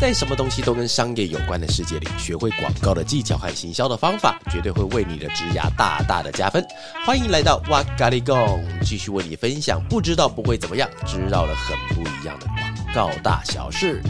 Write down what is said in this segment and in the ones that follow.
在什么东西都跟商业有关的世界里，学会广告的技巧和行销的方法，绝对会为你的职涯大大的加分。欢迎来到哇咖喱贡，继续为你分享不知道不会怎么样，知道了很不一样的广告大小事。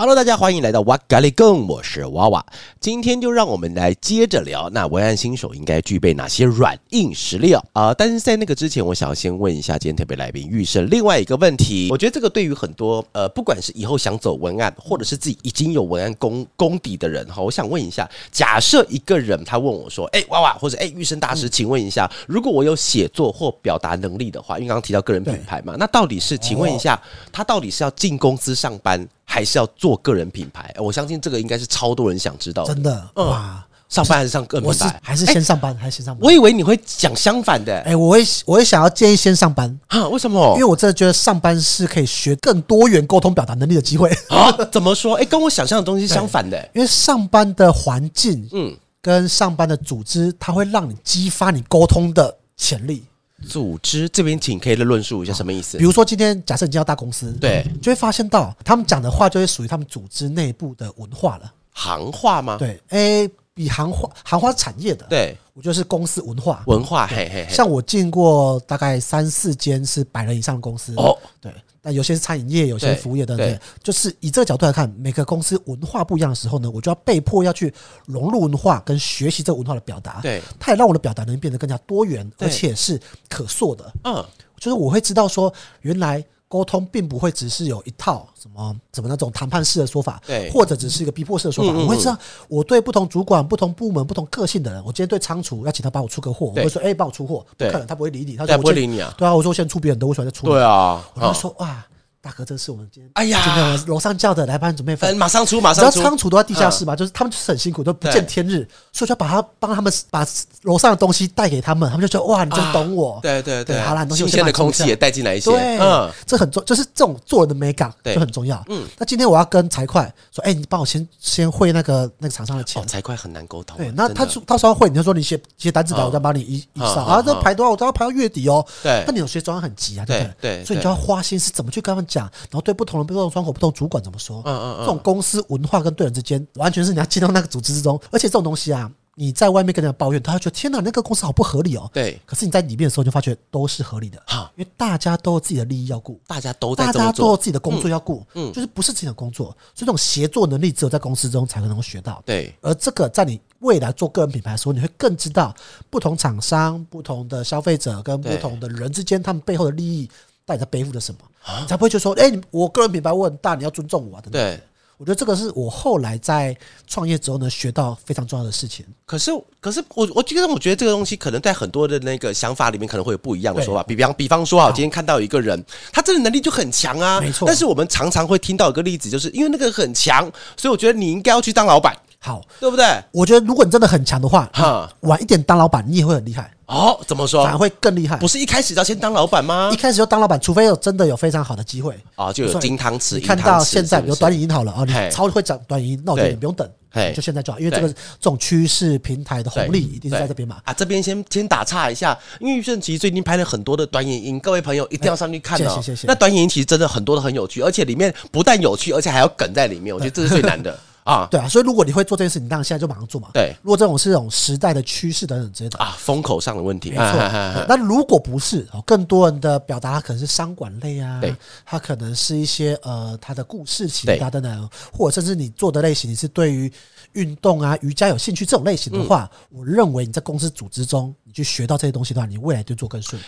Hello，大家欢迎来到哇咖喱贡，我是娃娃。今天就让我们来接着聊，那文案新手应该具备哪些软硬实力哦啊、但是在那个之前，我想要先问一下今天特别来宾玉胜另外一个问题。我觉得这个对于很多呃，不管是以后想走文案，或者是自己已经有文案功功底的人哈，我想问一下，假设一个人他问我说：“哎、娃娃，或者哎、玉胜大师，请问一下，如果我有写作或表达能力的话，因为刚刚提到个人品牌嘛，那到底是请问一下，他到底是要进公司上班？”还是要做个人品牌，呃我相信这个应该是超多人想知道的。真的嗯哇！上班还是上个人我品是牌？还是哎先上班，还是先上班我？以为你会讲相反的、哎，我会我也想要建议先上班，哈、为什么因为？我真的觉得上班是可以学更多元沟通表达能力的机会。 啊，怎么说？哎、跟我想象的东西相反的、因为上班的环境嗯，跟上班的组织，它会让你激发你沟通的潜力。组织这边请可以论述一下什么意思比？如说今天假设你进到大公司，，对，就会发现到他们讲的话就会属于他们组织内部的文化了。行话吗？对，哎，比行话行话产业的，，啊对，我觉得是公司文化。文化，嘿嘿嘿。像我进过大概三四间是百人以上的公司哦，对，但有些是餐饮业，有些对是服务业等等对，就是以这个角度来看，每个公司文化不一样的时候呢，我就要被迫要去融入文化跟学习这个文化的表达，对，它也让我的表达能力变得更加多元，对而且是可塑的，嗯，就是我会知道说，原来沟通并不会只是有一套什么什么那种谈判式的说法，对或者只是一个逼迫式的说法。嗯嗯嗯我会知道，我对不同主管、不同部门、不同个性的人，我今天对仓储要请他帮我出个货，我对会说：“哎、帮我出货。”不对可能，他不会理你，他对说不会我先理你啊对啊，我说我先出别人的，我为什么要再出你？对啊，我就嗯说：“哇，大哥，这是我们今天哎呀今天我们楼上叫的来帮你准备饭嗯，。”马上出，马你知道上出，仓储都在地下室嘛，就是他们就是很辛苦，都不见嗯对天日，所以就把他帮他们把楼上的东西带给他们，他们就觉得哇，你真懂我。啊对对对好啦你东西新我先鲜的把它空出气一下也带进来一些，啊对，哦嗯，这很重，就是这种做人的美感对就很重要。嗯，那今天我要跟财会说，哎、你帮我先先汇那个那个厂商的钱。哦，财会很难沟通啊。对，那真他的说他说要汇，你就说你写写单子来，嗯我再帮你一一扫嗯啊嗯，这嗯排多少，我都要排到月底哦。对那你有些装很急啊，对对不对对？所以你就要花心思怎么去跟他们讲，然后对不同人、不同窗口、不同主管怎么说。嗯嗯嗯这种公司文化跟对人之间，完全是你要进到那个组织之中，而且这种东西啊，你在外面跟人家抱怨，他会觉得天哪，那个公司好不合理哦。对，可是你在里面的时候，就发觉都是合理的好，因为大家都有自己的利益要顾，大家都在大这家么都有做，自己的工作要顾，嗯嗯就是不是自己的工作，所以这种协作能力只有在公司中才能够学到。对，而这个在你未来做个人品牌的时候，你会更知道不同厂商、不同的消费者跟不对同的人之间，他们背后的利益到底在背负着什么，你才不会就说，哎、你我个人品牌我很大，你要尊重我啊等等。啊对。我觉得这个是我后来在创业之后呢，学到非常重要的事情。可是，可是我我觉得，我觉得这个东西可能在很多的那个想法里面，可能会有不一样的说法。比方比方说啊，我今天看到一个人，他真的能力就很强啊，没错但是我们常常会听到一个例子，就是因为那个很强，所以我觉得你应该要去当老板，好，对不对？我觉得如果你真的很强的话，哈，晚一点当老板，你也会很厉害，哦，怎么反而说？会更厉害。不是一啊开始要先当老板吗一？开始就当老板，除非有真的有非常好的机会啊就有比如说金汤匙你银看汤到匙现在，是不比如是短影音好了啊，你嘿超会讲短影音，那我觉得对你不用等嘿，就现在就好，因为这对个这种趋势平台的红利对一定是在这边嘛。啊，这边先先打岔一下，因为玉胜其实最近拍了很多的短影音，各位朋友一定要上去看哦。哎谢谢谢谢那短影音其实真的很多的很有趣，而且里面不但有趣，而且还有梗在里面，我觉得这是最难的啊 对啊，所以如果你会做这件事，你当然现在就马上做嘛。对如果这种是这种时代的趋势等等之类的，啊，风口上的问题，啊没错。对那如果不是，哦更多人的表达它可能是商管类啊对，它可能是一些呃它的故事情对啊等等，或者甚至你做的类型，你是对于运动啊、瑜伽有兴趣这种类型的话，嗯我认为你在公司组织中，你去学到这些东西的话，你未来就做更顺，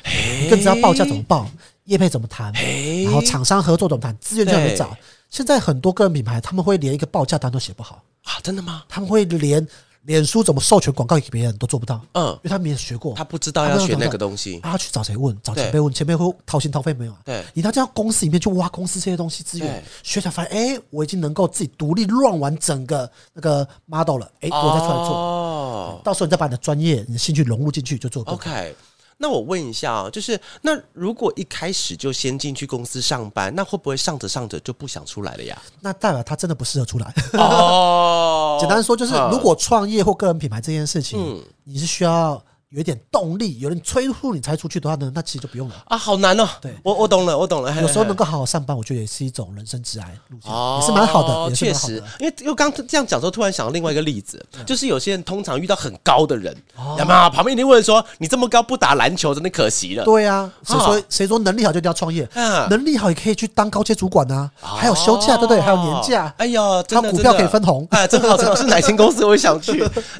你更知道报价怎么报，业配怎么谈，然后厂商合作怎么谈，资源怎么找对。现在很多个人品牌，他们会连一个报价单都写不好，啊，真的吗？他们会连脸书怎么授权广告给别人都做不到，嗯因为他没有学过，他不知道要学那个东西，啊，去找谁问？找对前辈问，前辈会掏心掏肺没有啊？对你到这样公司里面去挖公司这些东西资源对，学起来发现，哎、我已经能够自己独立乱完整个那个 model 了，哎、我再出来做，哦到时候你再把你的专业、你的兴趣融入进去，就做得更好。 ，OK。那我问一下啊，就是那如果一开始就先进去公司上班，那会不会上着上着就不想出来了呀？那代表他真的不适合出来。哦 简单说就是，嗯如果创业或个人品牌这件事情，嗯你是需要有一点动力，有人催促你才出去的话呢，那其实就不用了。啊，好难哦。对我我懂了，我懂了。嘿有时候能嘿够好好上班，我觉得也是一种人生挚爱路嘿线，哎哦，也是蛮好的，也嗯是确蛮好实的。，因为又刚这样讲的时候，突然想到另外一个例子，就是有些人通常遇到很高的人，哦有没有？旁边一定问说：“你这么高不打篮球，真的可惜了。”对啊，谁啊说谁说能力好就一定要创业嗯？哦能力好也可以去当高阶主管啊，还有休假，对不对？还有年假，哎呦，还有真的股真票的可以分红哎，真好，真 的是哪间公司我也想去。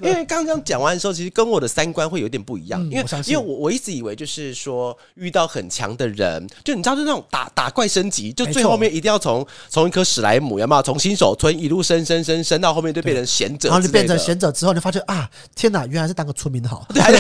因为刚刚讲完的时候，其实跟我的三观会有点不一样，嗯因为我相信因为我我一直以为就是说遇到很强的人，就你知道，就那种打打怪升级，就没最错后面一定要从从一颗史莱姆，有没有？从新手村一路升升升升到后面就变成贤者之类的，然后你变成贤者之后，你发觉啊，天哪，原来是当个村民好。对，还是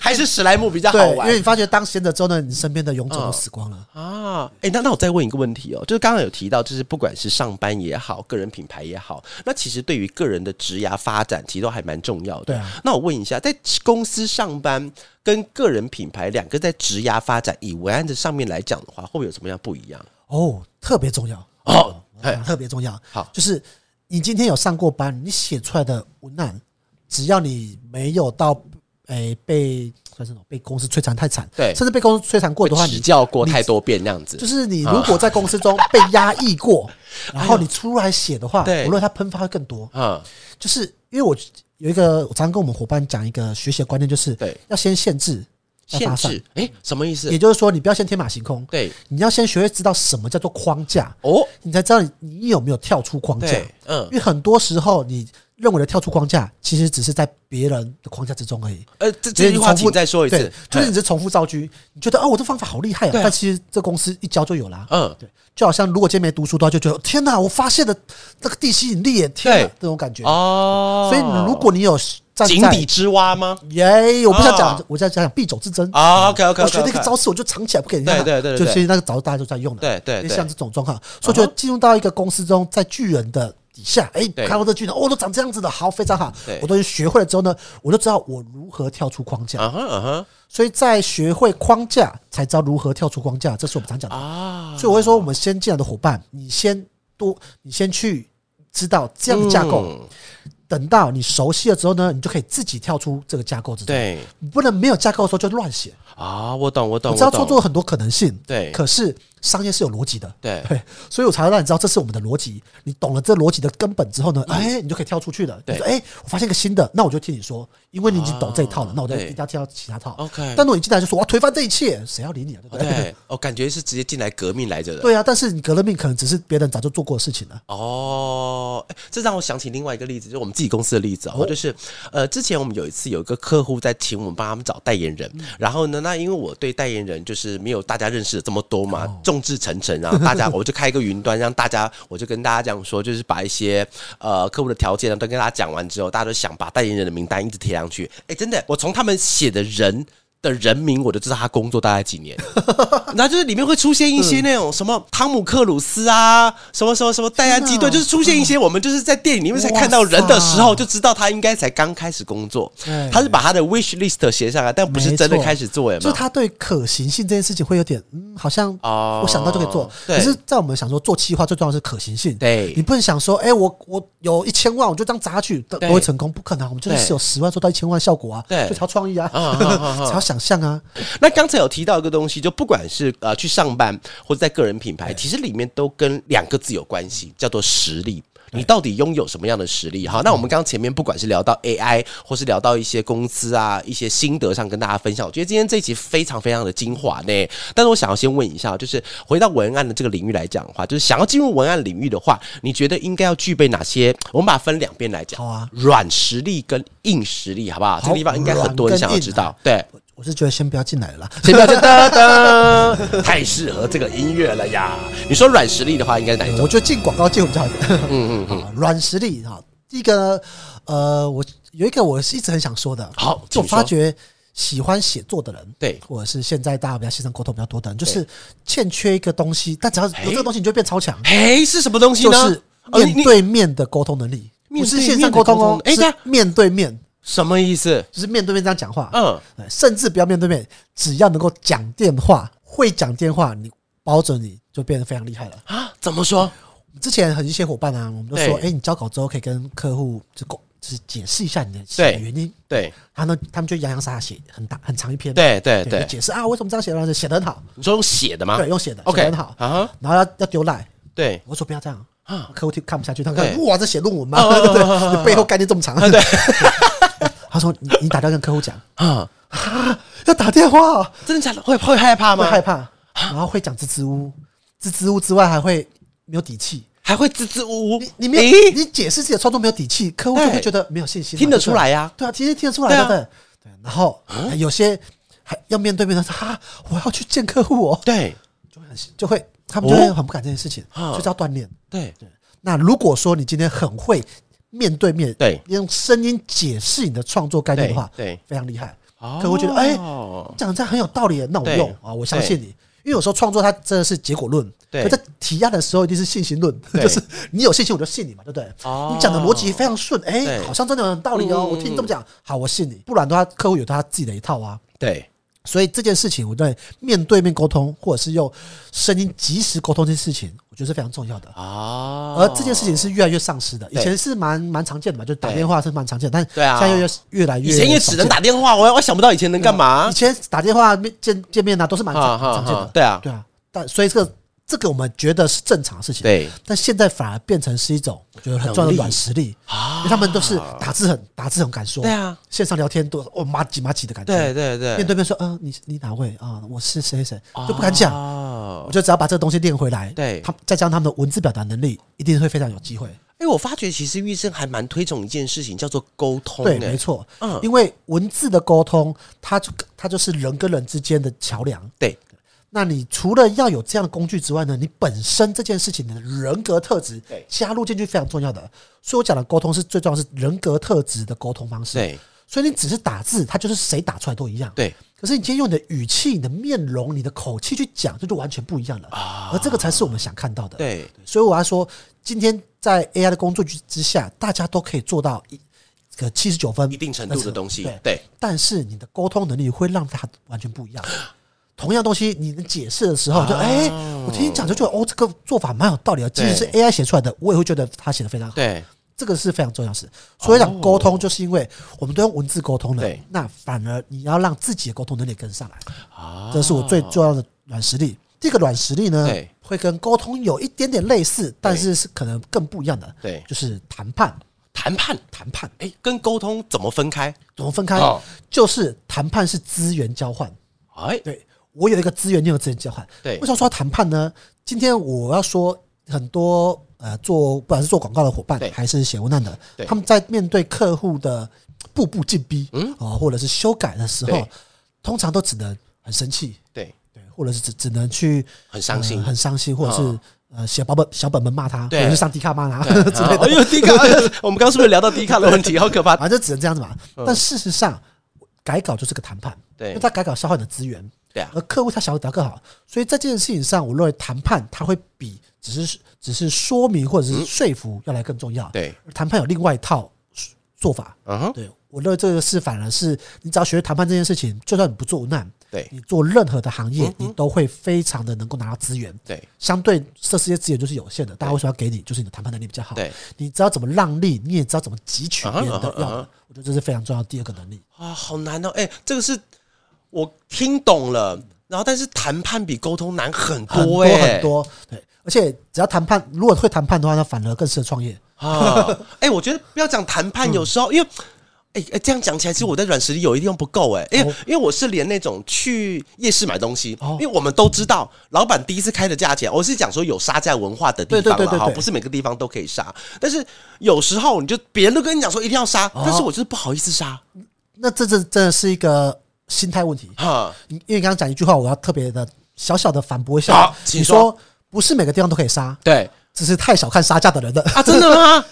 还是 史莱姆比较好对，因玩嗯为你。发觉当贤者之后呢，你身边的勇者都死光了。啊，哎、那那我再问一个问题哦，就是刚刚有提到，就是不管是上班也好，个人品牌也好，那其实对于个人的职涯发展，其实都还蛮重要的。对啊，那我问一下，在公司上班跟个人品牌两个在职涯发展，以文案的上面来讲的话，会不会有什么样不一样？哦，特别重要哦嘿特别重要。好就是你今天有上过班，你写出来的文案，只要你没有到诶、被算是什么被公司摧残太惨，对甚至被公司摧残过的话，指你教过你太多遍那样子，就是你如果在公司中 被压抑 过，然后你出来写的话，啊哎对无论它喷发会更多。嗯，就是因为我有一个，我常常跟我们伙伴讲一个学习的观念，就是对要先限制，再限发散制，哎、什么意思也？就是说你不要先天马行空，对，你要先学会知道什么叫做框架，哦，你才知道你你有没有跳出框架。对，嗯因，为很多时候你认为的跳出框架，其实只是在别人的框架之中而已。呃，这只这是你句话重复请再说一对次，就是你嗯只是重复造句，你觉得哦，我的方法好厉害啊，对啊但其实这公司一教就有啦。嗯对，就好像如果今天没读书的话，就觉得天哪，我发现了那个地吸引力耶，天哪对，这种感觉。哦，所以如果你有站井在底之蛙吗？耶，我不想哦讲，我在讲匕首之争。啊，OK OK，我学那个招式，我就藏起来不给人家拿。对对对对就对其实那个招大家都在用的。对对对嗯就像这种状况，所以我觉得进入到一个公司中，在巨人的底下，哎，对嗯看到这巨人，哦，都长这样子的，好，非常好对。我都学会了之后呢，我就知道我如何跳出框架。啊哈啊哈所以在学会框架，才知道如何跳出框架，这是我们常讲的。啊，所以我会说，我们先进来的伙伴，你先多，你先去知道这样的架构，嗯等到你熟悉了之后呢，你就可以自己跳出这个架构之中。对你不能没有架构的时候就乱写。啊，我懂我懂，我知道懂创作很多可能性，对可是商业是有逻辑的，对所以我才会让你知道这是我们的逻辑。你懂了这逻辑的根本之后呢，哎、你就可以跳出去了。嗯对你说哎，我发现一个新的，那我就听你说，因为你已经懂这一套了，啊那我就对一定要跳到其他套。 OK 但如果你进来就说我要推翻这一切，谁要理你啊？对不哦对？对，哦，感觉是直接进来革命来着的。对啊，但是你革了命可能只是别人早就做过的事情了。哦，哎这让我想起另外一个例子，就是我们自己公司的例子哦，哦就是呃，之前我们有一次有一个客户在请我们帮他们找代言人，然后呢，那因为我对代言人就是没有大家认识的这么多嘛，众志成城，然后大家我就开一个云端，让大家，我就跟大家讲说，就是把一些呃客户的条件呢都跟大家讲完之后，大家都想把代言人的名单一直贴上去，哎，真的，我从他们写的人。的人名我就知道他工作大概几年，然后就是里面会出现一嗯些那种什么汤姆克鲁斯啊，什么什么什么戴安基顿，天哪就是出现一嗯些我们就是在电影里面才看到人的时候，就知道他应该才刚开始工作对。他是把他的 wish list 写上来，但不是真的没错开始做，有没就有是？他对可行性这件事情会有点，嗯，好像哦我想到就可以做。对可是，在我们想说做企划最重要的是可行性。对你不能想说，哎、我我有一千万，我就这样砸下去都对不会成功，不可能啊。我们就对是有十万做到一千万的效果啊，对就条创意啊，啊啊啊啊 才要想象啊。那刚才有提到一个东西，就不管是呃去上班或者在个人品牌，其实里面都跟两个字有关嗯系，叫做实力。你到底拥有什么样的实力？好，那我们刚刚前面不管是聊到 AI，或是聊到一些公司啊、一些心得上跟大家分享，我觉得今天这一集非常非常的精华呢。但是我想要先问一下，就是回到文案的这个领域来讲的话，就是想要进入文案领域的话，你觉得应该要具备哪些？我们把它分两边来讲，好啊软实力跟硬实力，好不好？这个地方应该很多人想要知道，软啊对。我我是觉得先不要进来了啦。谁不要这噔噔，太适合这个音乐了呀！你说软实力的话，应该是哪一我种？觉得进广告界会比较好。嗯嗯嗯，软实力哈。第一个呢，呃，我有一个我是一直很想说的，好请就我说发觉喜欢写作的人，对或者是现在大家比较线上沟通比较多的人，就是欠缺一个东西，但只要哎有这个东西，你就会变超强，嘿，是什么东西就哎呢？是哦你面你对面的沟通能力，面不对是线上沟通哦面的沟通，哎是对啊面对面，什么意思？就是面对面这样讲话，嗯，对甚至不要面对面，只要能够讲电话，会讲电话，你包准你就变得非常厉害了。啊，怎么说？之前很一些伙伴啊，我们都说，对哎、你交稿之后可以跟客户就沟就是解释一下你的写的对原因。对他呢，他们就洋洋洒洒写很大很长一篇，对对就对，解释啊为什么这样写，然后写得很好，你说用写的吗？对，用写的写，OK，得很好，啊，然后要要丢赖，对，我说不要这样啊，客户听看不下去，他看对哇这写论文嘛，啊啊啊啊啊对啊啊不 对？你背后概念这么长，对。他说你你打电话跟客 户讲，啊，要打电话哦，真的假的？会会害怕会吗？害怕，然后会讲支支吾吾，支支吾吾之外还会没有底气。还会支支吾吾你？你没有，你解释自己的操作没有底气，客户就会对觉得没有信哎心嘛，听得对不对出来呀对啊，其实听得出来，对对啊不对？对，然后有些还要面对面的说啊，我要去见客户哦，对就会很就会他们就会很不敢这件事情，哦啊就是要锻炼。对那如果说你今天很会面对面，对用声音解释你的创作概念的话，对对非常厉害。哦客户觉得哎，你讲得这样很有道理，那我用对啊，我相信你。因为有时候创作它真的是结果论，对可在提案的时候一定是信心论，对 就是你有信心我就信你嘛，对不对？哦你讲的逻辑非常顺，哎、对好像真的有道理哦。嗯我听你这么讲，好，我信你。不然的话，客户有他自己的一套啊。对所以这件事情，我在面对面沟通，或者是用声音及时沟通这件事情，我觉得是非常重要的。啊而这件事情是越来越丧失的，以对前是蛮蛮常见的嘛，就是打电话是蛮常见的，但对啊现在越越来越以前也只少能见打电话，我我想不到以前能干嘛以。前打电话面见见面啊，都是蛮哈常哈常见哈的，，对啊，对啊，但所以这个这个我们觉得是正常的事情，对但现在反而变成是一种我觉得很重要的软实力，因啊为他们都是打字很打字很敢说，对啊，线上聊天都哦麻吉麻吉的感觉，对对对，面对面说，嗯、你你哪位啊、我是谁谁谁，就不敢讲。讲我觉得只要把这个东西练回来，对他再加上他们的文字表达能力，一定会非常有机会。哎、我发觉其实医生还蛮推崇一件事情，叫做沟通、对，哎没，错，嗯因为文字的沟通，它就它就是人跟人之间的桥梁。对那你除了要有这样的工具之外呢，你本身这件事情的人格特质对加入进去非常重要的。所以我讲的沟通是最重要的是人格特质的沟通方式。对所以你只是打字，它就是谁打出来都一样。对可是你今天用你的语气、你的面容、你的口气去讲，这就完全不一样了。啊而这个才是我们想看到的。对所以我要说，今天在 AI 的工作之之下，大家都可以做到一个七十九分一定程度的东西对，对但是你的沟通能力会让它完全不 一样。同样东西，你能解释的时候，就哎、我听你讲就觉得哦，这个做法蛮有道理的。即使是啊对 AI 写出来的，我也会觉得他写的非常好。对哦这个是非常重要的事。所以讲沟通，就是因为我们都用文字沟通了对，那反而你要让自己的沟通能力跟上来，啊这是我最重要的软实力。这个软实力呢对，会跟沟通有一点点类似，但是是可能更不一样的。对就是谈判，谈判，谈判哎、跟沟通怎么分开？怎么分开哦？就是谈判是资源交换。哎、对我有一个资源，你有资源交换。对为什么说要谈判呢？今天我要说很多呃，做不管是做广告的伙伴对，还是写文案的对，他们在面对客户的步步进逼，嗯，啊、或者是修改的时候对，通常都只能很生气，对，对，或者是只只能去很伤心呃很伤心，或者是、嗯呃写小本小本本骂他，对或者是上迪卡骂他 对呃之类啊哎的，呦，迪卡，我们刚刚是不是聊到迪卡的问题？好 可怕！反正就只能这样子嘛。但事实上，改稿就是个谈判，嗯对因为他改稿消耗你的资源，对啊而客户他想要得更好，所以在这件事情上，我认为谈判它会比只是只是说明或者是说服要来更重要。对，谈判有另外一套做法。嗯哼，对我认为这个是反而是你只要学会谈判这件事情，就算你不做无难，对嗯你做任何的行业，你都会非常的能够拿到资源。对相对这世界资源就是有限的，大家为什么要给你？就是你的谈判能力比较好，对，你知道怎么让利，你也知道怎么汲取啊哈别人的啊哈要啊的哈。我觉得这是非常重要的第二个能力。啊，好难哦！哎、这个是我听懂了，然后但是谈判比沟通难很多、很多哎，很多，对，而且只要谈判，如果会谈判的话，那反而更适合创业。啊， 哎、我觉得不要讲谈嗯判，有时候、因为。哎、哎，这样讲起来，其实我在软实力有一地方不够哎、因为、因为我是连那种去夜市买东西，哦因为我们都知道老板第一次开的价钱，我是讲说有杀价文化的地方对对对了对哈，对不是每个地方都可以杀，但是有时候你就别人都跟你讲说一定要杀，哦但是我就是不好意思杀那这这真的是一个心态问题， 哈，因为你刚刚讲一句话，我要特别的小小的反驳一下好。请你说说不是每个地方都可以杀，对只是太小看杀价的人了。啊，真的吗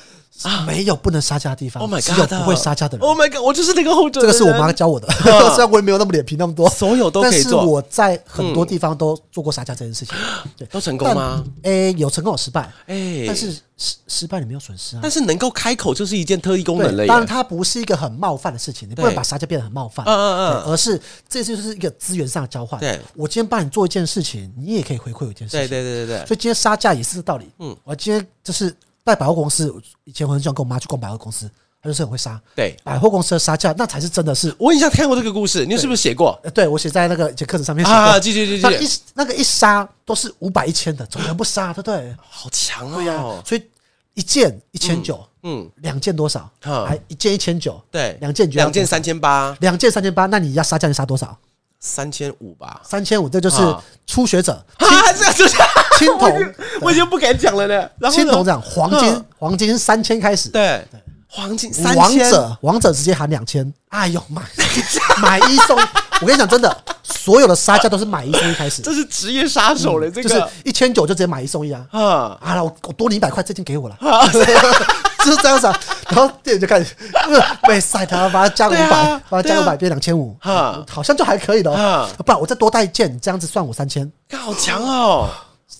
没有不能杀价的地方啊？Oh my 只有 god，不会杀价的人。 ，Oh my god，我就是那个后者，这个是我妈，教 我的， 虽然我也没有那么脸皮那么多，所有都可但以是做，嗯我在很多地方都做过杀价这件事情。 对，都成功吗？但？诶，有成功有失败，哎、但是失失败你没有损失啊但。是能够开口就是一件特异功能了耶，对，当然它不是一个很冒犯的事情，你不能对把杀价变得很冒犯，嗯嗯嗯对而是这就是一个资源上的交换。对我今天帮你做一件事情，你也可以回馈我一件事对情。对对对对所，以今天杀价也是这个道理。嗯，我今天就是在百货公司，以前我很喜欢跟我妈去逛百货公司，他就是很会杀。对，百货公司的杀价那才是真的是，我印象看过这个故事，你是不是写过呃对我写在那个一节课程上面写啊？过，记记记那一记，那个一杀都是五百一千的，总全部杀，对不对？好强对呀、哦！所以一件一千九，嗯，两件多少？嗯还一件一千九，对，两件你觉得两件三千八，两件三千八，那你要杀价你杀多少？三千五 吧。三千五，这就是啊初学者、 啊，这样子， 青铜我已经我已经不敢讲了呢。然后青铜呢？这样，黄金嗯黄金三千开始，对，黄金三王千，者王者直接喊两千，哎呦买 买一送，我跟你讲真的，所有的杀价都是买一送一开始，这是职业杀手了，这嗯就是个一千九就直接买一送一啊。啊，啊，我我多你一百块，这件给我了， 就是这样子啊。然后店员就开始，被塞他，把它加五对啊百，把它加对啊五百变两千五啊，好像就还可以了哦。啊不然我再多带一件，这样子算我三千，看好强哦！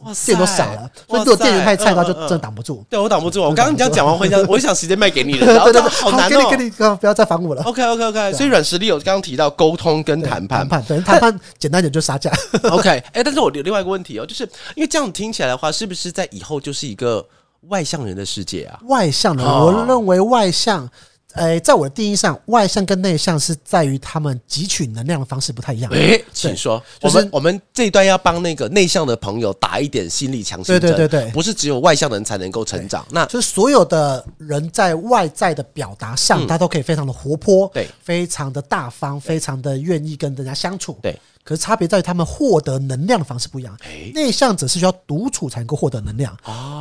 哇塞，店员都傻了。所哇以塞如果店员太菜的话，就嗯嗯真的挡不住。对我挡不住。我刚刚这样讲完， 回想，我想时间卖给你了，嗯对然后对对，好好，难给你给哦。你，不要再烦我了。 OK OK OK，所以软实力有刚刚提到沟通跟谈判谈。判，对谈判简单一点就 杀价。 OK，哎、但是我有另外一个问题哦，就是因为这样听起来的话，是不是在以后就是一个外向人的世界啊？外向的，哦我认为外向，哎，在我的定义上，外向跟内向是在于他们汲取能量的方式不太一样。哎、请说，就是我们我们这一段要帮那个内向的朋友打一点心理强心针，对对对对不是只有外向的人才能够成长。那就是所有的人在外在的表达上，他都可以非常的活泼，嗯对非常的大方，非常的愿意跟人家相处，对。哎可是差别在于他们获得能量的方式不一样诶，内向者是需要独处才能够获得能量，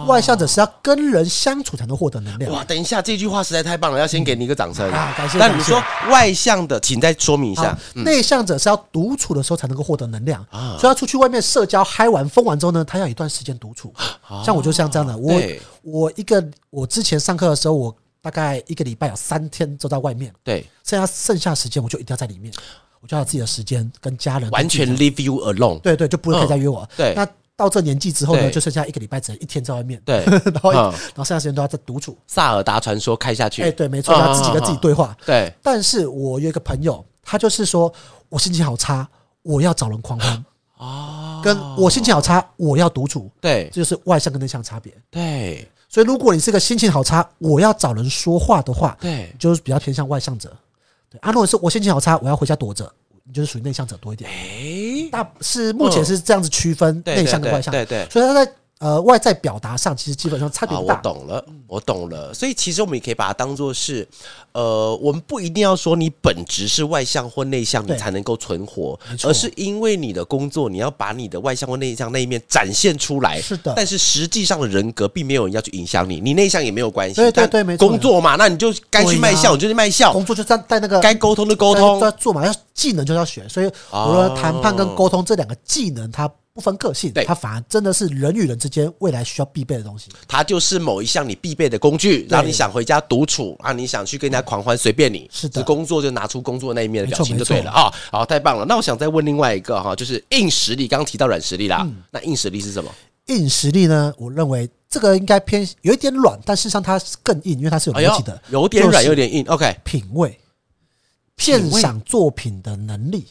外向者是要跟人相处才能获得能量。哦哇，等一下，这句话实在太棒了，要先给你一个掌声。啊感谢那感你谢说外向的，请再说明一下嗯好。内向者是要独处的时候才能够获得能量，啊所以他出去外面社交嗨完疯完之后呢，他要有一段时间独处。像我就像这样的，我啊哦对我一个我之前上课的时候，我大概一个礼拜有三天都在外面，对，剩下剩下时间我就一定要在里面，我就要有自己的时间跟家人完全 leave you alone。 对对，就不会可以再约我。对那到这年纪之后呢，对就剩下一个礼拜只能一天在外面，对 然后一嗯然后剩下时间都要在独处。萨尔达传说开下去。哎，对，没错，嗯要自己跟自己。对话。对，但是我有一个朋友，他就是说我心情好差，我要找人狂欢，哦，跟我心情好差，我要独处，对这就是外向跟内向差别。对所以，如果你是个心情好差，我要找人说话的话，对你，就是比较偏向外向者。对，啊，如果是我心情好差，我要回家躲着，你就是属于内向者多一点。哎，大是目前是这样子区分对对内向跟外向，对对对所以他在呃外在表达上其实基本上差别啊，不嗯我大。懂了，我懂了。所以其实我们也可以把它当做是，呃，我们不一定要说你本质是外向或内向，你对才能够存活没，错而是因为你的工作，你要把你的外向或内向那一面展现出来。是的但是实际上的人格并没有人要去影响你，你内向也没有关系。对对但对没错工作嘛，那你就该去卖对笑，呀你就去卖笑；工作就在在那个该沟通的沟通哦在。在做嘛，要技能就是要学。所以我说谈判跟沟通这两个技能，它不分个性对，它反而真的是人与人之间未来需要必备的东西。它就是某一项你必备的工具，然后你想回家独处啊，你想去跟人家狂欢，随便你。是的只工作就拿出工作那一面的表情没就错对了啊。好，太棒了。那我想再问另外一个哈，就是硬实力，刚刚提到软实力啦，嗯那硬实力是什么？硬实力呢，我认为这个应该偏有一点软，但事实上它是更硬，因为它是有逻辑的，哎有点软，就有是点硬。OK，品味。品味鉴赏作品的能力，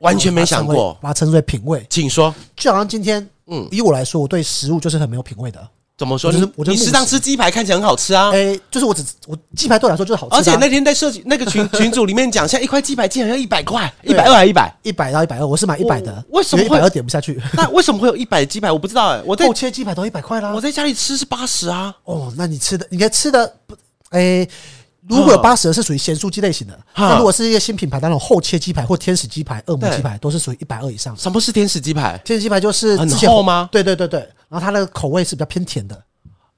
完全没想把它称为过，把它称之为品味。请说。就好像今天，嗯嗯，以我来说，我对食物就是很没有品味的。怎么说？我就是你我就是你木适当食吃鸡排看起来很好吃啊。哎、就是我只我鸡排对我来说就是好而吃的且啊、那天在社群那个 群群组里面讲，现在一块鸡排竟然要一百块，一对百二还一百？一百到一百二，我是买一百的，我为什么一会百二点不下去？那为什么会有一百鸡排？我不知道哎。我 在厚切鸡排都一百块啦我。在家里吃是八十啊。哦，那你吃的，你看吃的不，哎、如果有嗯八十的是属于咸酥鸡类型的，嗯那如果是一些新品牌，那种厚切鸡排或天使鸡排、恶魔对鸡排，都是属于一百二以上。什么是天使鸡排？天使鸡排就是很之前厚吗对对对对，然后它的口味是比较偏甜的，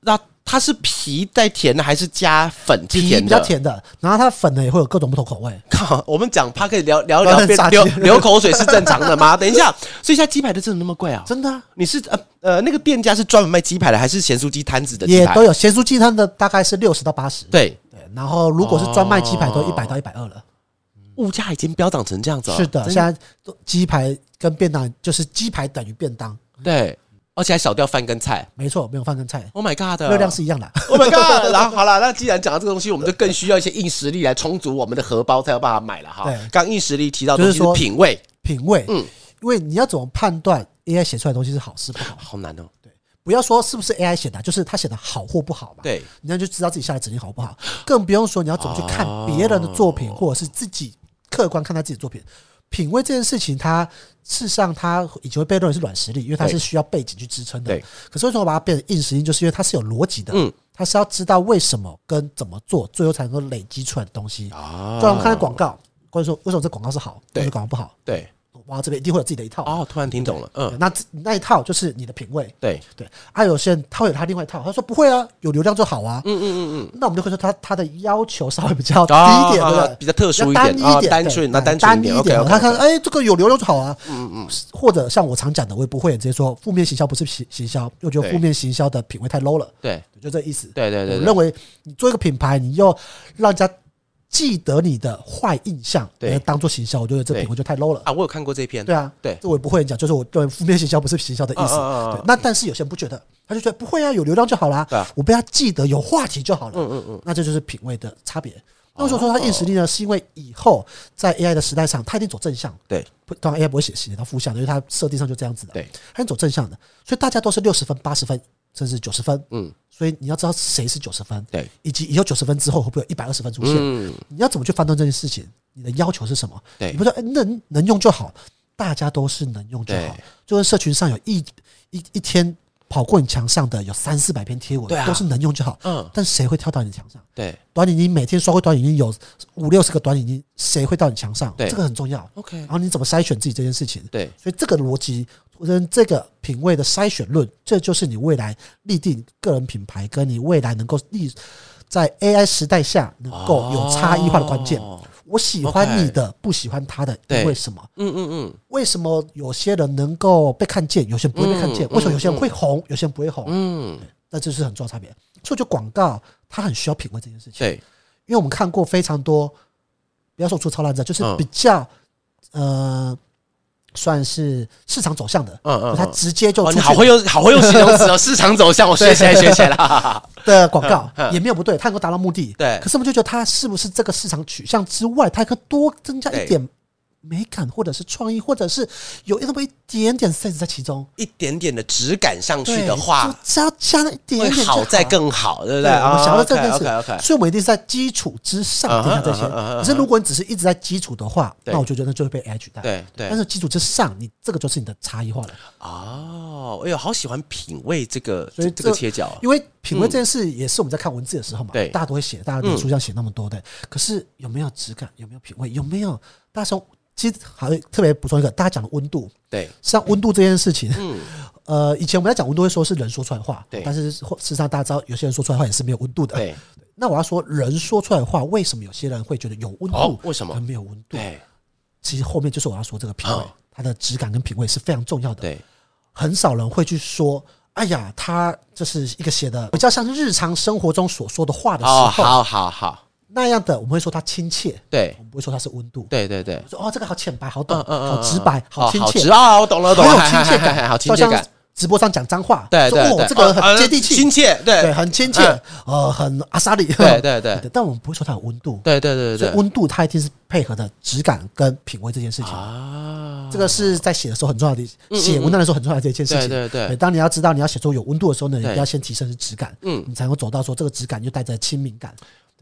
那它是皮带甜的，还是加粉是皮甜的？比较。甜的，然后它的粉呢也会有各种不同口味。靠，我们讲它可以聊 聊一聊，很变傻流气流口水是正常的 吗？等一下，所以现在鸡排的真的那么贵啊？真的啊、你是呃呃那个店家是专门卖鸡排的，还是咸酥鸡摊子的鸡也排？都有咸酥鸡摊的，大概是六十到八十。对，对，然后如果是专卖鸡排，都哦一百到一百二了。物价已经飙涨成这样子了。是的，真现在都鸡排跟便当就是鸡排等于便当，对，而且还少掉饭跟菜。没错，没有饭跟菜， Oh my god！热量是一样 的。 Oh my god！然后好了，那既然讲到这个东西，我们就更需要一些硬实力来充足我们的荷包，才有办法买了哈对。刚硬实力提到的东西就是是说品味，品味，嗯因为你要怎么判断 AI 写出来的东西是好是不好？好难哦。不不要说是不是 AI 写的，啊就是他写的好或不好嘛。对，你那就知道自己下的指令好不好，更不用说你要怎么去看别人的作品，哦或者是自己客观看待自己的作品。品味这件事情它，事实上它以前会被认为是软实力，因为它对是需要背景去支撑的对。可是为什么把它变成硬实力，就是因为它是有逻辑的，嗯它是要知道为什么跟怎么做，最后才能够累积出来的东西。啊就像我们看到广告，或者说为什么这广告是好，对为什么广告不好，对哇，这边一定会有自己的一套。哦，突然听懂了，对嗯，那这那一套就是你的品味，对，对。啊，有些人他会有他另外一套，他说不会啊，有流量就好啊。嗯嗯嗯嗯。那我们就会说他他的要求稍微比较低啊一点，对不啊对？比较特殊一比点较单一啊一点，单对纯那单单纯一点一，OK，点。 OK，他看， OK 哎，这个有流量就好啊。嗯嗯。或者像我常讲的，我也不会直接说负面行销不是行行销，因为我觉得对负面行销的品味太 low 了，对就这意思。对对对我对，认为你做一个品牌，你又让人家记得你的坏印象，对来当做行销，我觉得这对品味就太 low 了。啊，我有看过这篇，对啊，对这我也不会讲，就是我认为负面行销不是行销的意思。啊啊啊啊对那但是有些人不觉得，他就觉得不会啊，有流量就好啦，对啊我被他记得有话题就好了。嗯嗯哦嗯，那这就是品味的差别。那为什么说它硬实力呢？是因为以后在 AI 的时代上，它一定走正向，对不，当然 AI 不会写写到负向的，因为它设定上就这样子的，对，它一定走正向的，所以大家都是六十分、八十分，甚至九十分，嗯，所以你要知道谁是九十分，对，以及以后九十分之后会不会有一百二十分出现，嗯，你要怎么去判断这件事情？你的要求是什么？对你不说、哎能能用就好，大家都是能用就好对。就跟社群上有一一一天跑过你墙上的有三四百篇贴文，对啊都是能用就好。嗯，但谁会跳到你墙上？对短影音每天刷过短影音有五六十个短影音，谁会到你墙上？对这个很重要。 ，OK，然后你怎么筛选自己这件事情？对所以这个逻辑跟这个品味的筛选论，这就是你未来立定个人品牌跟你未来能够立在 AI 时代下能够有差异化的关键。哦我喜欢你的，不喜欢他的，对因为什么？嗯嗯嗯，为什么有些人能够被看见，有些人不会被看见？嗯为什么有些人会红，有些人不会红？嗯，那这是很重要的差别。所以就广告，它很需要品味这件事情。对，因为我们看过非常多，不要说出超烂仔，就是嗯比较、呃，算是市场走向的，嗯嗯他嗯直接就哦，出你去好会用，好会用形容词哦，市场走向，我 学起来，学起来了，的广告嗯嗯也没有不对，他能够达到目的，对可是我们就觉得他是不是这个市场取向之外，他可以多增加对一点美感，或者是创意，或者是有那么一点点 sense 在其中。一点点的质感上去对的话，，就只要加了一点会点就好再了更好，对不哦对？对，我们想要在这 o 件 k o k 事，所以我们一定是在基础之上定下这些。嗯哼嗯哼嗯哼可是如果你只是一直在基础的话，对那我就觉得就会被 AI 取代。对对但是基础之上，你这个就是你的差异化了。哦，哎呦，好喜欢品味这个所以这个切角，因为品味这件事也是我们在看文字的时候嘛，对大家都会写，大嗯家脸书上写那么多的，可是有没有质感？有没有品味？有没有？大家说，其实还会特别补充一个，大家讲的温度，对像温度这件事情，呃，以前我们在讲温度，会说是人说出来的话，嗯对但是事实上大家知道，有些人说出来的话也是没有温度的。 对那我要说，人说出来的话，为什么有些人会觉得有温度？哦为什么人没有温度？对其实后面就是我要说这个品味哦，它的质感跟品味是非常重要的。对，很少人会去说，哎呀，他这是一个写的比较像日常生活中所说的话的时哦，候，好好好，那样的我们会说它亲切，对我们不会说它是温度。对对对，我说哦，这个好浅白，好懂，嗯嗯嗯好直白，好亲好切直，啊，我懂了懂很了，有亲嗨嗨嗨切嗨感，好亲切就感像，直播上讲脏话，对对说对哦，，这个哦很接地呃亲气，切，对，对很亲切嗯，呃，很阿莎里，对 对对，但我们不会说它有温度，对对对所以对温度它一定是配合的质感跟品味这件事情。啊，嗯这个是在写的时候很重要的，写文章的时候很重要的一件事情。对对对当你要知道你要写出有温度的时候呢，你对一定要先提升质感，嗯你才能够走到说这个质感就带着亲民感，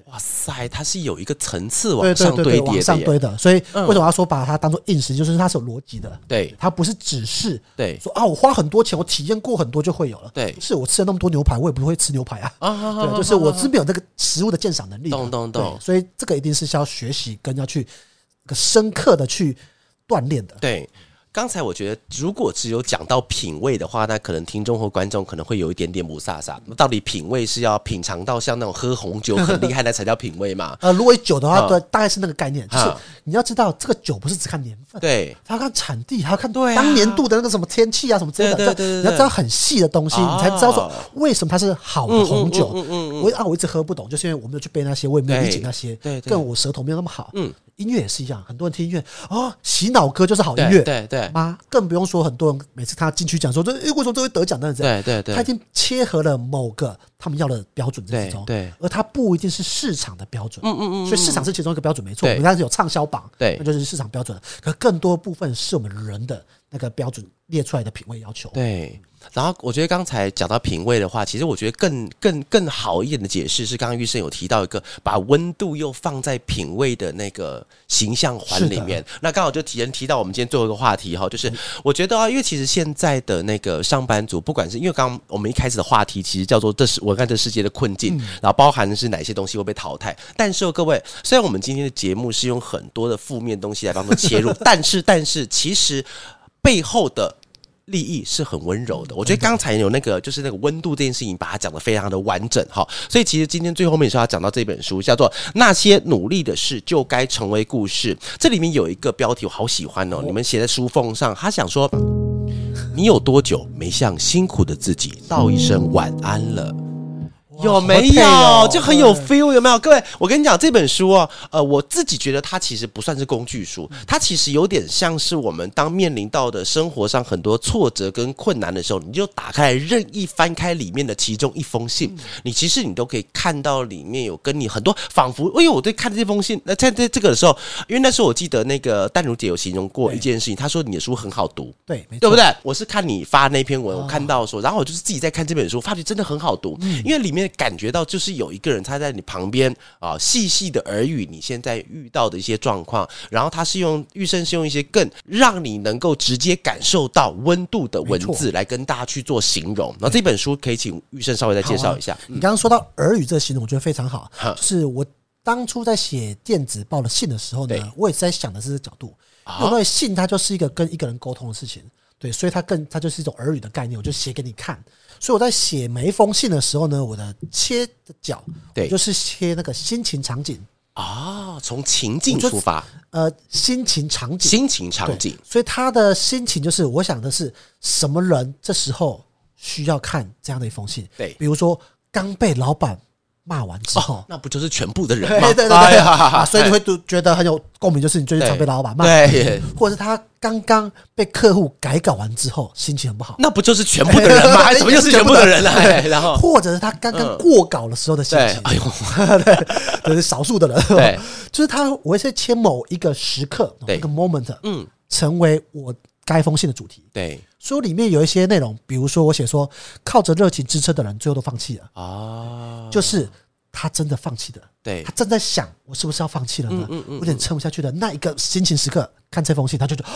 哇塞，它是有一个层次对往对上堆对对，叠往上的耶，堆的。所以嗯为什么要说把它当做硬实力，就是它是有逻辑的，对它不是只是对说啊我花很多钱，我体验过很多就会有了。对不是我吃了那么多牛排，我也不会吃牛排啊。啊， 对，就是我是没有那个食物的鉴赏能力的，懂懂对懂所以这个一定是需要学习跟要去一个深刻的去锻炼的。？对，刚才我觉得如果只有讲到品味的话，那可能听众或观众可能会有一点点不飒飒。那到底品味是要品尝到像那种喝红酒很厉害的才叫品味嘛呃，如果以酒的话，嗯对，大概是那个概念，就是嗯你要知道这个酒不是只看年份，对，它要看产地，还要看对啊当年度的那个什么天气啊，什么之类对对对的，这对你要知道很细的东西，哦你才知道说为什么它是好的红酒嗯嗯嗯嗯。我啊，我一直喝不懂，就是因为我没有去背那些，我也没有理解那些，对对对跟我舌头没有那么好。嗯，音乐也是一样，很多人听音乐哦，洗脑歌就是好音对乐。对对妈，更不用哎说很多人每次他进去讲说这诶为什么这会得奖等等之类的，对对他已对，经切合了某个他们要的标准在对其中，对而它不一定是市场的标准，嗯嗯嗯，所以市场是其中一个标准，没错。对我们当时有畅销榜，对那就是市场标准。可更多部分是我们人的那个标准列出来的品味要求。对。然后我觉得刚才讲到品味的话，其实我觉得更更更好一点的解释是，刚刚玉生有提到一个把温度又放在品味的那个形象环里面。那刚好就提人提到我们今天最后一个话题哈，就是我觉得啊，因为其实现在的那个上班族，不管是因为刚刚我们一开始的话题其实叫做这是我看这世界的困境，然后包含的是哪些东西会被淘汰。但是、哦、各位，虽然我们今天的节目是用很多的负面东西来帮做切入，但是但是其实背后的利益是很温柔的。我觉得刚才有那个就是那个温度这件事情，把它讲得非常的完整哈。所以其实今天最后面是要讲到这本书，叫做《那些努力的事就该成为故事》。这里面有一个标题我好喜欢哦，你们写在书缝上，他想说。你有多久没向辛苦的自己道一声晚安了？哇有没好配有、哦就很有对 feel？有没有？各位，我跟你讲，这本书哦，呃，我自己觉得它其实不算是工具书，它其实有点像是我们当面临到的生活上很多挫折跟困难的时候，你就打开来任意翻开里面的其中一封信，嗯你其实你都可以看到里面有跟你很多仿佛，哎呦，我对看这封信，那在这这个的时候，因为那时候我记得那个淡如姐有形容过一件事情，她说你的书很好读，对，没对错哦不。对？我是看你发那篇文，我看到说，然后我就是自己在看这本书，发觉真的很好读，嗯因为里面感觉到就是有一个人他在你旁边啊，细细的耳语你现在遇到的一些状况，然后他是用玉生是用一些更让你能够直接感受到温度的文没字来跟大家去做形容。然后这本书可以请玉生稍微再介绍一下，你刚刚说到耳语这个形容，我觉得非常好哈。就是我当初在写电子报的信的时候对啊呢，我也是在想的是这个角度，因为我认为信它就是一个跟一个人沟通的事情，对，所以它更它就是一种耳语的概念，我就写给你看。所以我在写每一封信的时候呢，我的切的角，对我就是切那个心情场景，啊，从情境我就出发，呃，心情场景，心情对场景，所以他的心情就是，我想的是什么人这时候需要看这样的一封信？对比如说刚被老板骂完之后。哦，那不就是全部的人 对吗？ 对对对、哎呀哎啊所以你会都觉得很有共鸣，就是你最近常被老板骂， 对，或者是他刚刚被客户改稿完之后心情很不好，那不就是全部的人 吗？还怎么又是全部的人了？哎然后或者是他刚刚过稿的时候的心对情，，哎呦，对，就是少数的人， 对，就是他，我会是切某一个时刻，对一个 moment，嗯，成为我该封信的主题。对书里面有一些内容，比如说我写说，靠着热情支撑的人最后都放弃了，啊，就是他真的放弃了。 对他正在想，我是不是要放弃了呢？嗯嗯嗯有点撑不下去的那一个心情时刻，看这封信，他就觉得、哦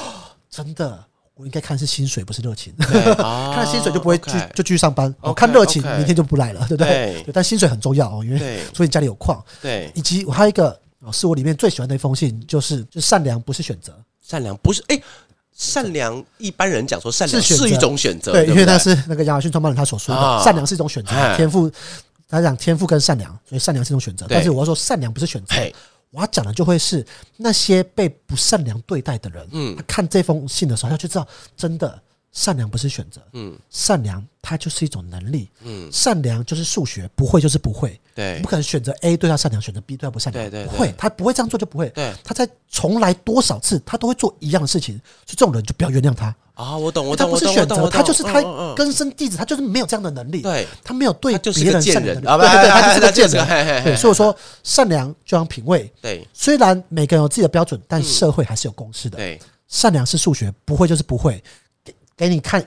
真的，我应该看是薪水，不是热情。对啊看了薪水就不会去 OK 就继续上班，哦 OK，看热情 OK 明天就不来了，对不对对？但薪水很重要哦，因为对所以你家里有矿，对以及我还有一个哦，是我里面最喜欢的一封信，就是就善良不是选择，善良不是哎，善良一般人讲说善良是选是择一种选择，对，因为不那是那个亚马逊创办人他所说啊的，善良是一种选哎择，天赋。他讲天赋跟善良，所以善良是一种选择。对但是我要说，善良不是选择嘿。我要讲的就会是那些被不善良对待的人，嗯，他看这封信的时候，他就知道，真的善良不是选择，嗯，善良它就是一种能力，嗯，善良就是数学，不会就是不会，对你不可能选择 A 对他善良，选择 B 对他不善良，对对对不会，他不会这样做就不会，对他在重来多少次，他都会做一样的事情，所以这种人就不要原谅他，啊，我懂我他懂不我是懂我选懂择，我懂，他就是他嗯嗯嗯根深蒂质，他就是没有这样的能力，对他没有对他就是别个人贱善良人的啊能力，对不对对，哎他就是哎个他就是贱个嘿嘿嘿人，对，所以我说善良就像品味，对虽然每个人有自己的标准，但社会还是有公式的，对善良是数学，不会就是不会，给给你看。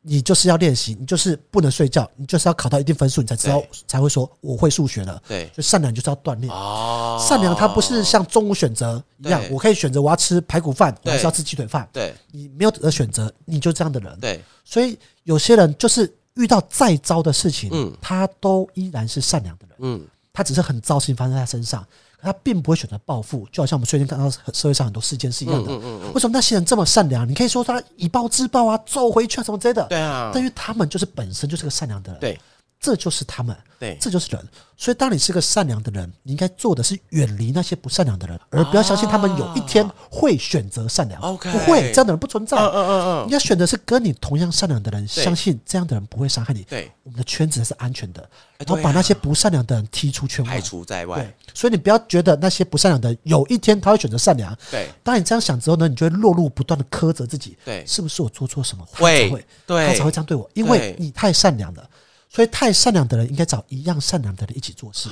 你就是要练习，你就是不能睡觉，你就是要考到一定分数，你才知道对才会说我会数学了。对就善良就是要锻炼，啊，善良它不是像中午选择一样对，我可以选择我要吃排骨饭，我还对是要吃鸡腿饭。对你没有得选择，你就这样的人。对所以有些人就是遇到再糟的事情，嗯他都依然是善良的人，嗯他只是很糟心发生在他身上，可他并不会选择报复，就好像我们最近看到社会上很多事件是一样的。嗯为什么那些人这么善良？你可以说他以暴制暴啊，揍回去啊什么之类的，对啊但因为他们就是本身就是个善良的人，对这就是他们，对这就是人。所以，当你是个善良的人，你应该做的是远离那些不善良的啊人，而不要相信他们有一天会选择善良。 OK 不会，这样的人不存在。嗯嗯嗯嗯你要选的是跟你同样善良的人，相信这样的人不会伤害你。对，我们的圈子是安全的，哎然对啊后把那些不善良的人踢出圈排外。除在对外，，所以你不要觉得那些不善良的人有一天他会选择善良。对当你这样想之后呢，你就会落入不断的苛责自己，对是不是我做错什么？他会才会，对他才会这样对我，因为对你太善良了。所以太善良的人应该找一样善良的人一起做事。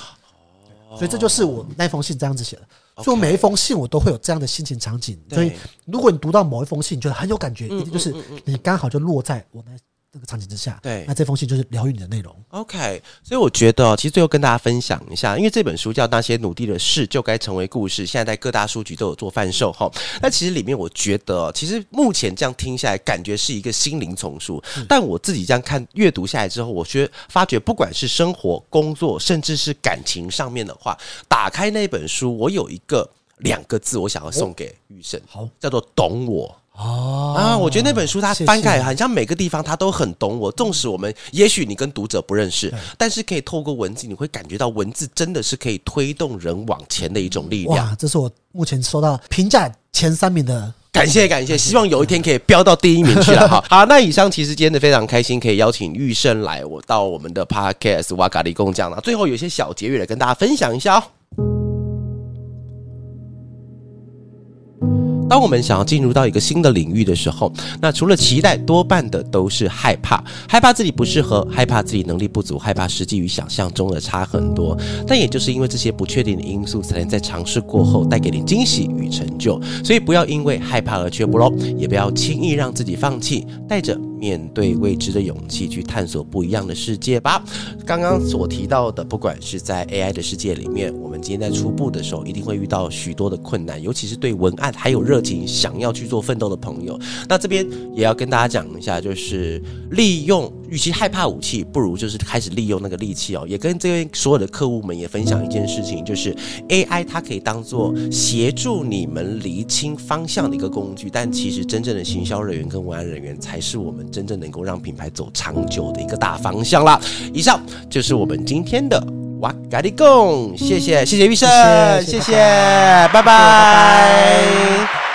哦所以这就是我那封信这样子写的。所以我每一封信我都会有这样的心情场景。对嗯所以如果你读到某一封信，你觉得很有感觉，一定就是你刚好就落在我那那个场景之下。对那这封信就是疗愈你的内容。 OK，所以我觉得哦，其实最后跟大家分享一下，因为这本书叫《那些努力的事就该成为故事》，现在在各大书局都有做贩售哈。那其实里面我觉得哦，其实目前这样听下来，感觉是一个心灵丛书，但我自己这样看阅读下来之后，我觉得发觉不管是生活、工作，甚至是感情上面的话，打开那本书，我有一个两个字，我想要送给玉胜，好叫做“懂我”。哦啊，我觉得那本书它谢谢翻开，好像每个地方它都很懂我。纵使我们也许你跟读者不认识，但是可以透过文字，你会感觉到文字真的是可以推动人往前的一种力量。哇，这是我目前收到评价前三名的感谢感谢，希望有一天可以飙到第一名去了哈。 好，那以上其实今天的非常开心，可以邀请玉胜来我到我们的 podcast 哇咖喱工匠了。最后有一些小结语来跟大家分享一下哦。当我们想要进入到一个新的领域的时候，那除了期待，多半的都是害怕，害怕自己不适合，害怕自己能力不足，害怕实际与想象中的差很多。但也就是因为这些不确定的因素，才能在尝试过后带给你惊喜与成就。所以不要因为害怕而却步喽，也不要轻易让自己放弃，带着面对未知的勇气去探索不一样的世界吧。刚刚所提到的，不管是在 AI 的世界里面，我们今天在初步的时候，一定会遇到许多的困难，尤其是对文案还有热情想要去做奋斗的朋友。那这边也要跟大家讲一下，就是利用，与其害怕武器，不如就是开始利用那个利器哦。也跟这边所有的客户们也分享一件事情，就是 AI 它可以当做协助你们厘清方向的一个工具，但其实真正的行销人员跟文案人员才是我们真正能够让品牌走长久的一个大方向啦。以上就是我们今天的哇咖喱贡，谢谢谢谢医生，谢谢谢谢，拜拜拜拜